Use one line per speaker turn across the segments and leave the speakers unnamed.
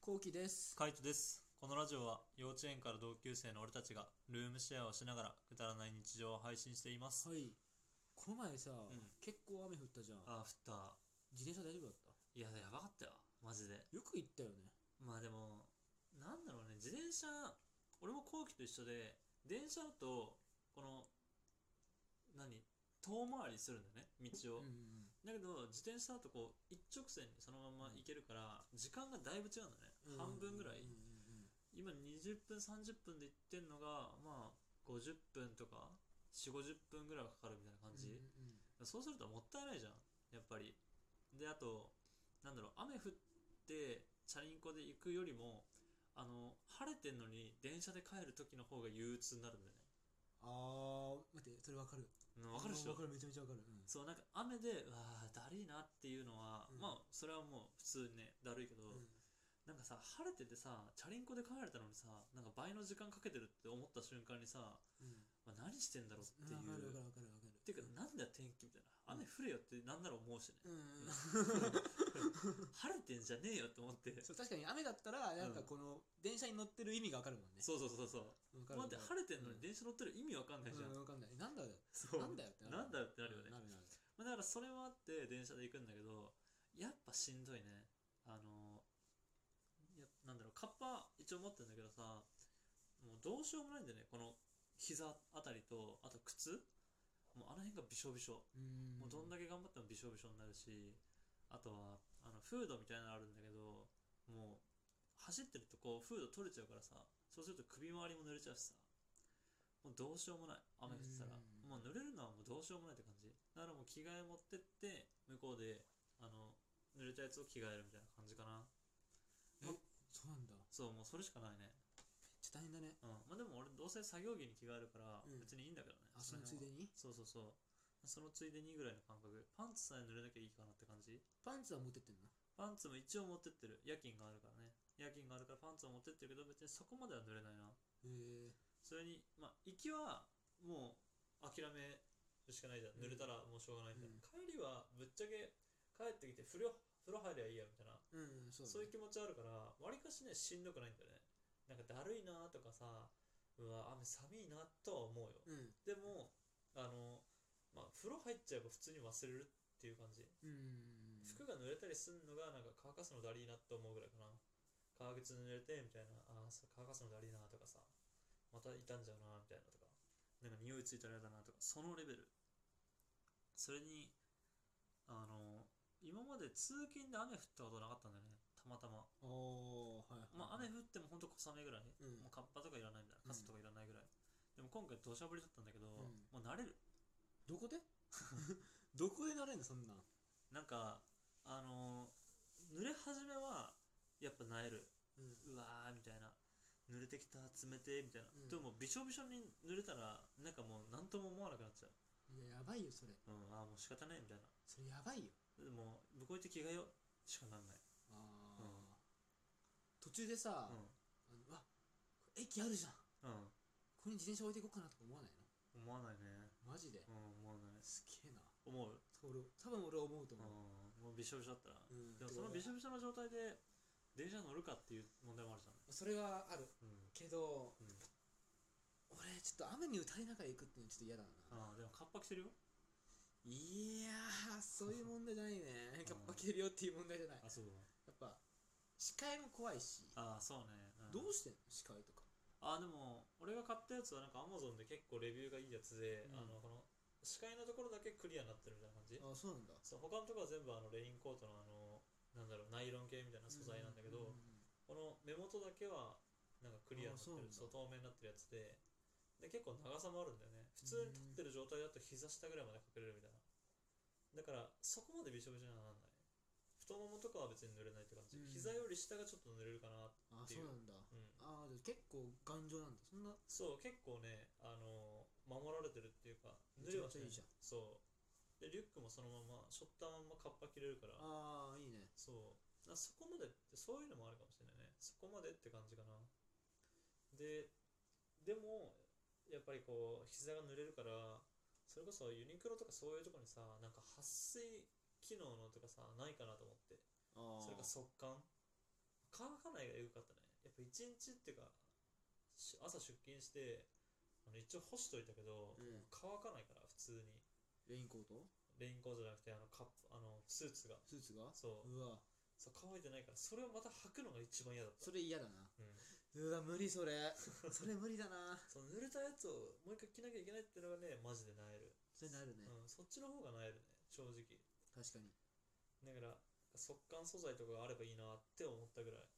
こうきです。
カイトです。このラジオは幼稚園から同級生の俺たちがルームシェアをしながらくだらない日常を配信しています。
はい。この前さ、
ん
結構雨降ったじゃん。
あ、降った。
自転車大丈夫だった
いや、やばかったよ。マジで。
よく行ったよね。
まあでも、なんだろうね、自転車、俺も後期と一緒で、電車だと、この、何遠回りするんだよね、道を。
うん
だけど、自転車だとこう、一直線にそのまま行けるから、時間がだいぶ違うんだね。
うんうん
半分ぐらい
うんうんうん
今20分30分で行ってんのがまあ50分とか4 5 0分ぐらいはかかるみたいな感じ、
うんうんうん
そうするともったいないじゃんやっぱりであとなんだろう雨降ってチャリンコで行くよりもあの晴れてんのに電車で帰る時の方が憂鬱になるんだよね
あー、待って、それわかる。
うんわかるでしょ
わかる、めちゃめちゃわかる。うん
そうなんか雨でうわーだるいなっていうのは、
うん
まあそれはもう普通にねだるいけど、
うん
なんかさ晴れててさチャリンコで帰れたのにさなんか倍の時間かけてるって思った瞬間にさ
うん
まあ、何してんだろうっていう。
わかるわかる
っ
わかるわかる。
ていうか、なんだよ天気みたいな。雨降れよってなんなら思うし ね。
うんうんうん
晴れてんじゃねえよって思って。
そう確かに雨だったら、なんかこの、電車に乗ってる意味がわかるもんね。
そうそうそうそう。
わかる
待
わか
っ
る
て、晴れてんのに電車乗ってる意味わかんないじゃん。
うん、わかんない。なんだよ。
そう。
なんだよってなる。
なんだよってなるよね
うんなるなる。
まあ、だからそれもあって電車で行くんだけど、やっぱしんどいね。あのー、いやなんだろう、カッパ一応持ってるんだけどさ、もうどうしようもないんだよね。この膝あたりと、あと靴もうあの辺がびしょびしょ。
うん。
もうどんだけ頑張ってもびしょびしょになるし、あとはあのフードみたいなのあるんだけど、もう走ってるとこうフード取れちゃうからさ、そうすると首周りも濡れちゃうしさ、もうどうしようもない、雨降ってた
う
ら、
ん
もう濡れるのはもうどうしようもないって感じ。だからもう着替え持ってって、向こうであの濡れたやつを着替えるみたいな感じかな。
そうなんだ。
そう、もうそれしかないね。
ちょっと大変だね。
うん、まあでも俺、どうせ作業着に着替えるか
う
ら
ん、
別にいいんだけどね。
あ、そのついで
に
に
そうそうそう。そのついでにぐらいの感覚。パンツさえ濡れなきゃいいかなって感じ。
パンツは持ってってんの
パンツも一応持ってってる。夜勤があるからね。夜勤があるからパンツを持ってってるけど、別にそこまでは濡れないな。
へえ
それに、まあ、行きはもう諦めるしかないじゃん。
うん
濡れたらもうしょうがないみたいな。
うん
帰りはぶっちゃけ帰ってきて風呂風呂入りゃいいやみたいな。
うん、そうだ
そう
ね
いう気持ちあるから、わりかしね、しんどくないんだよね。なんかだるいなとかさ、うわ、雨寒いなとは思うよ。
うん。
でも、あの、まあ、風呂入っちゃえば普通に忘れるっていう感じ。
うん。
服が濡れたりするのがなんか乾かすのだりーなって思うぐらいかな革靴濡れてみたいなああそう乾かすのだりーなとかさまた傷んじゃうなみたいなとかなんか匂いついたら嫌だなとかそのレベルそれにあの今まで通勤で雨降ったことなかったんだよねたまたま
おー、はいはい。
まあ雨降ってもほんと小雨ぐらい、
うん
もうカッパとかいらないみたいな傘とかいらないぐらい、でも今回土砂降りだったんだけど、
ん
もう慣れる
ど こでどこでなれんの、そんなん。
なんかあの濡れ始めはやっぱなえる
うん。
うわーみたいな濡れてきた冷てーみたいな、
うん
でももうびしょびしょに濡れたらなんかもう何とも思わなくなっちゃ
いや、やばいよ、それ。
う、うん、ああもう仕方ないみたいな
それやばいよ。
でも向こう行って着替えようしかなんない、
あー
うん
途中でさ、あのうわ、駅あるじゃん。こ
うんうん
こに自転車置いていこうかなとか思わない
思わないね
のマジで
う。ん思わない
すげえな。
思う、
多分多分俺は思うと
う
思う。、
んもうびしょびしょだったら、
うん
でもそのびしょびしょの状態で電車乗るかっていう問題もあるじゃない
それはあるけど、
うん、うん、
俺ちょっと雨に打たれながら行くっていうのはちょっと嫌だな。
ああでもカッパ着てるよ
いやー、そういう問題じゃないね。カッパ
うん
着てるよっていう問題じゃない。や
あそう
っぱ、視界も怖いし、
ああそうね、ん
どうしてんの視界とか。
あでも俺が買ったやつはなんか Amazon で結構レビューがいいやつで、
うん
あのこの視界のところだけクリアになってるみたいな感じ
あそうなんだ。
そう他のところは全部あのレインコートのあのなんだろうナイロン系みたいな素材なんだけど、この目元だけはなんかクリアになってる
あ
そ
そううなんだ
透明になってるやつでで結構長さもあるんだよね普通に立ってる状態だと膝下ぐらいまで隠れるみたいなだからそこまでびしょびしょにはならない太ももとかは別に濡れないって感じ、
うん
膝より下がちょっと濡れるかな
あ
ってい
そううなんだ。
うん
あじゃあ結構頑丈なんだ。そんな、
そう、結構ね、あの守られてるっていうか、
めち
濡れ
ゃ
は
め
し
ちゃ
ないい
いじゃん。
そう。で、リュックもそのまま、しょったままカッパ着れるから、
ああ、いいね。
そう。あそこまでって、そういうのもあるかもしれないね。そこまでって感じかな。で、でも、やっぱりこう、膝が濡れるから、それこそユニクロとかそういうとこにさ、なんか撥水機能のとかさ、ないかなと思って。
ああ。
それか速乾乾かないがよかったねやっぱ一日っていうかし朝出勤してあの一応干しといたけど、
うん
乾かないから普通に
レインコート
レインコートじゃなくてあのカップあのスーツが
スーツが
そう,、
うわ
そう乾いてないからそれをまた履くのが一番嫌だった
それ嫌だな
うん、
うわ無理そ れそれ無理だな
その濡れたやつをもう一回着なきゃいけないってのがねマジでなえる、
それなるね、
うん、そっちの方がなえるね正直
確かに
だから速乾素材とかがあればいいなって思ったぐらい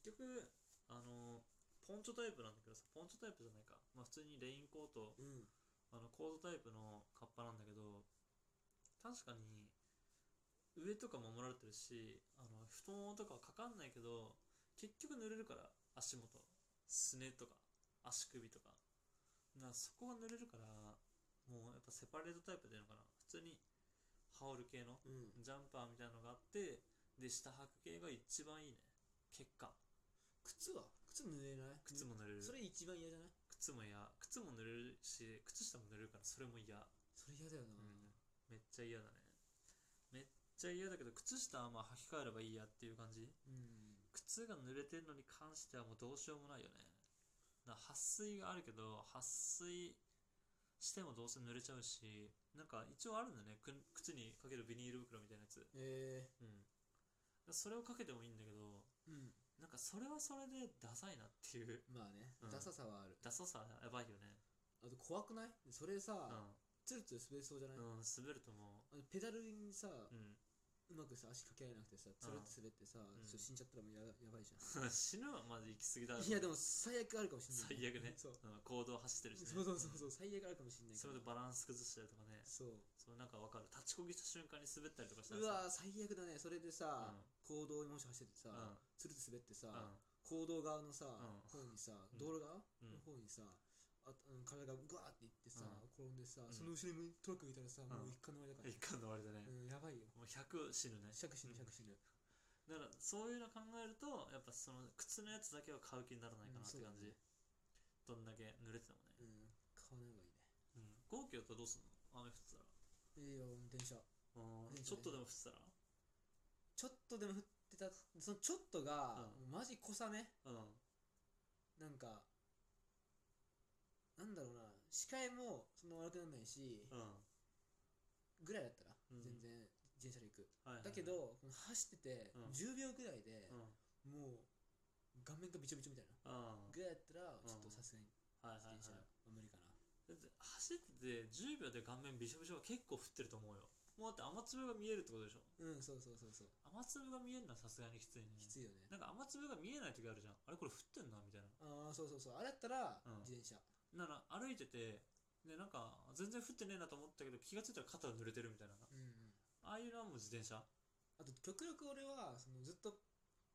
結局あのポンチョタイプなんだけどさポンチョタイプじゃないか、まあ、普通にレインコート
うん
あのコートタイプのカッパなんだけど確かに上とか守られてるしあの布団とかはかかんないけど結局濡れるから足元すねとか足首とかだからそこが濡れるからもうやっぱセパレートタイプでいうのかな普通に羽織る系の
うん
ジャンパーみたいなのがあって、で、下履く系が一番いいね。結果。
靴は靴濡れない
靴も濡れる。
それ一番嫌じゃない
靴も嫌。靴も濡れるし、靴下も濡れるから、それも嫌。
それ嫌だよな、
めっちゃ嫌だね。めっちゃ嫌だけど、靴下はまあ履き替えればいいやっていう感じ。
うん
靴が濡れてるのに関してはもうどうしようもないよね。な撥水があるけど、撥水してもどうせ濡れちゃうし、なんか一応あるんだよね。く靴にかけるビニール袋みたいなやつ。
え
うん。だそれをかけてもいいんだけど、
ー、うん
なんかそれはそれでダサいなっていう。
まあね、
うん
ダサさはある
ダサさやばいよね。
あと怖くないそれさ、ツルツル滑りそうじゃない、
うん。うん、滑るとも
あのペダルにさ、
う。
うまくさ足かけられなくてさつるって滑ってさ、
ん
ちょっと死んじゃったらもうややばい じゃん、
うん。 死ぬはまず行き過ぎだろう
いやでも最悪あるかもしんない
最悪ね。
そう
うん、行動走ってるし、ね。
そうそうそうそ
うん
う最悪あるかもしんない
それでバランス崩したりとかね。
そう
そうなんかわかる。立ちこぎした瞬間に滑ったりとかしたら
う
さ。
わー最悪だねそれでさ、
うん
公道にもし走っててさ、
うん
つるって滑ってさ、
うん。
公道側のさ、
ん
方にさ
うん
道路側
うん
の方にさ、あうん体がぐわーっていってさ、
うん
転んでさ、
ん
その後ろにトラックがいたらさ、もううん一貫の間だから、
一貫の終わりだね。
うん、やばいよ
もう100死ぬね。
しゃくしぬしゃくしぬ
だからそういうの考えると、やっぱその靴のやつだけは買う気にならないかなって感じ。
うん
どんだけ濡れててもね。
うん買わない方がいいね
うん。豪気だったらどうすんの雨降ってたら。
いいよ電車
うん
ね
ちょっとでも降ってたら
ちょっとでも降ってたそのちょっとが、
う
マジ小雨
うん。
なんかなんだろうな視界もそんな悪くならないし、
うん。
ぐらいだったら
うん
全然自転車で行く、
はいはいは
だ
い
け、どこの走ってて
うん
10秒ぐらいで
うん。
もう顔面がびちょびちょみたいな
うん。はい
ぐらいだったら
ん
ちょっとさすがに
はい
自
はい
転車は無理かな、
だって走ってて10秒で顔面びしょびしょは結構降ってると思うよ。もうだって雨粒が見えるってことでしょ。
うんそうそうそうそう
雨粒が見えるのはさすがにきついね。
きついよね
なんか雨粒が見えない時あるじゃん。あれこれ降ってんなみたい
あ
な。
あそうそうそうあれだったら
うん
自転車、
なら歩いてて、でなんか全然降ってねえなと思ったけど気がついたら肩が濡れてるみたいな。
うんうん
ああいうのはもう自転
あ
車。
と極力俺はそのずっと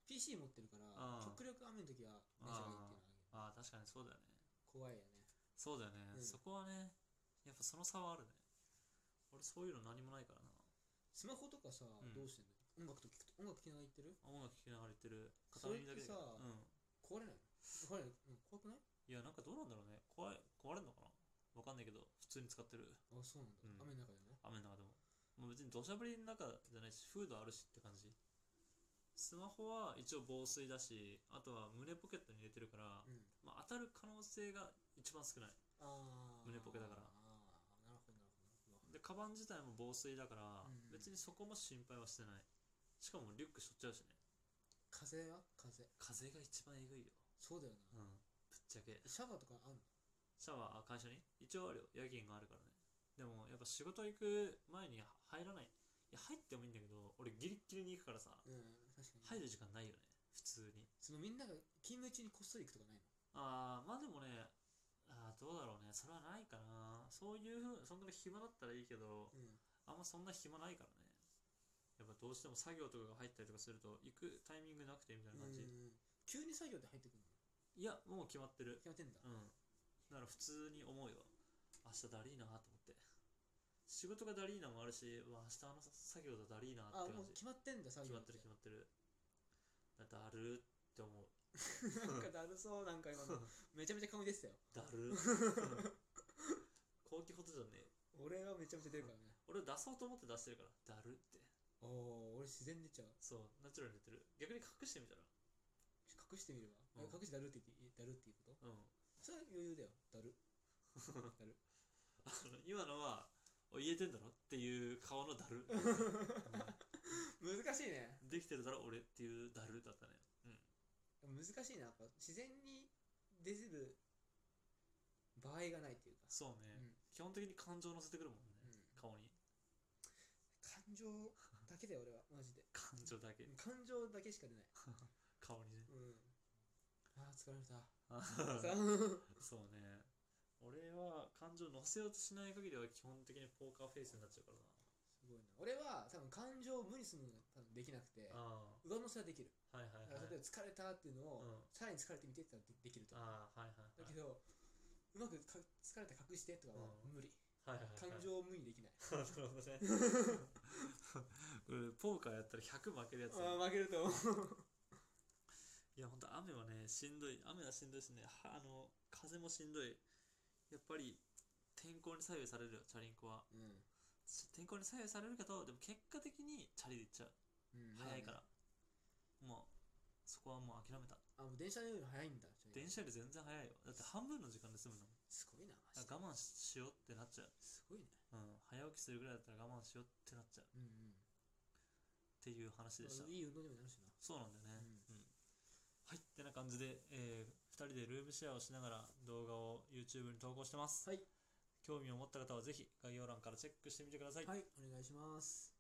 PC 持ってるから
あー
極力雨の時は電車がいいっていうのは
ああ、確かにそうだよね。
怖いよね
そうだよね。
うん
そこはね、やっぱその差はあるね。俺そういうの何もないからな。
スマホとかさ、
ん
どうしてんの音楽と聞くと音楽聴きながら行ってるそれ
音楽聴きながら言ってる片耳だけ
って
で
さ
うん、
壊れないの壊れないうん怖くない
いやなんかどうなんだろうね壊れ壊れるのかなわかんないけど普通に使ってる
あそうなんだ、
う
雨
ん
の中でね
雨の中でももう別に土砂降りの中じゃないしフードあるしって感じスマホは一応防水だしあとは胸ポケットに入れてるから、
うん
まあ、当たる可能性が一番少ない
ああ
胸ポケだから
ああなるほどなるほど
でカバン自体も防水だから、
うん
別にそこも心配はしてないしかもリュックしょっちゃうしね
風は風
風が一番えぐいよ、
そうだよ
う
な、
ん、ぶっちゃけ
シャワーとかあんの
シャワーあ会社に一応あるよ夜勤があるからねでもやっぱ仕事行く前に入らないいや入ってもいいんだけど俺ギリッギリに行くからさ
うん確かに、
入る時間ないよね普通に
そのみんなが勤務中にこっそり行くとかないの
ああまあでもねあーどうだろうねそれはないかなそういうふうそんぐらい暇だったらいいけど
うん
あんまそんな暇ないからねやっぱどうしても作業とかが入ったりとかすると行くタイミングなくてみたいな感
う
じ、
ん急に作業で入ってくるの
いやもう決まってる
決まってんだ、
うん。だから普通に思うよ。明日だりーなーと思って。仕事がだりーなもあるし、うわ明日あの作業だだりーな
あ
ーって
もう
感じ。
決まってんだ作
決
業
まってる決まってる。だだるーって思う。
なんかだるそうなんか今のめちゃめちゃ顔に出てたよ
だるー。後期ほどじゃねえ。
俺はめちゃめちゃ出るからね
俺は出そうと思って出してるから、だるーって。
おお俺自然に出ちゃう
そう、ナチュラルに出てる。逆に隠してみたら。
隠してみれば、あ
うん
隠してだるって言ってだるっていうこと
うん。
それは余裕だよだ る
あの今のは、お言えてんだろっていう顔のだる。
難しいね
できてるだろ俺っていうだるだったね。うん。
でも難しいなやっぱ自然に出ずる場合がないっていうか、
そう
う
ね。
ん
基本的に感情乗せてくるもんね。
うん
顔に。
感情だけだよ俺はマジで
感情だけ。
感情だけしか出ない
顔にね。
うんああ疲れ た
あ
さあ
そうね。俺は感情乗せようとしない限りは基本的にポーカーフェイスになっちゃうからな。
すごいな俺は多分感情を無にするのが多分できなくて
あ
上乗せはできる
あ、はいは
だ
い
から
は
例え
い。
ば疲れたっていうの
う
を、
ん、
さらに疲れてみてってのはでできるとだ
ああ、はいはいはい。
けどうまくか疲れた隠してとかは
うん
無理
はいはいはい、
感 情を無にできない
なるほどね。これポーカーやったら100負けるやつだね、
ああ負けると思う
いや、ほんと雨はね、しんどい。雨はしんどいしね、はあの、風もしんどい。やっぱり、天候に左右されるよ、チャリンコは。
うん
し天候に左右されるけど、でも結果的にチャリで行っちゃう。
うん
早いか
ま
ら。もう、そこはもう諦めた。
あねあもう電車のよりも早いんだ
電車より全然早いよ。だって半分の時間で済むの。
すごいなマ
だ
ジ
か
で
ら我慢しようってなっちゃう。
すごいね
うん、早起きするぐらいだったら我慢しようってなっちゃう。っ
うんうん
ていう話でした。
いい運動にもなるしな
そうなんだよね。うん。はい、ってな感じで、えー、2人でルームシェアをしながら動画を YouTube に投稿してます。
はい
興味を持った方はぜひ概要欄からチェックしてみてください。
はいお願いします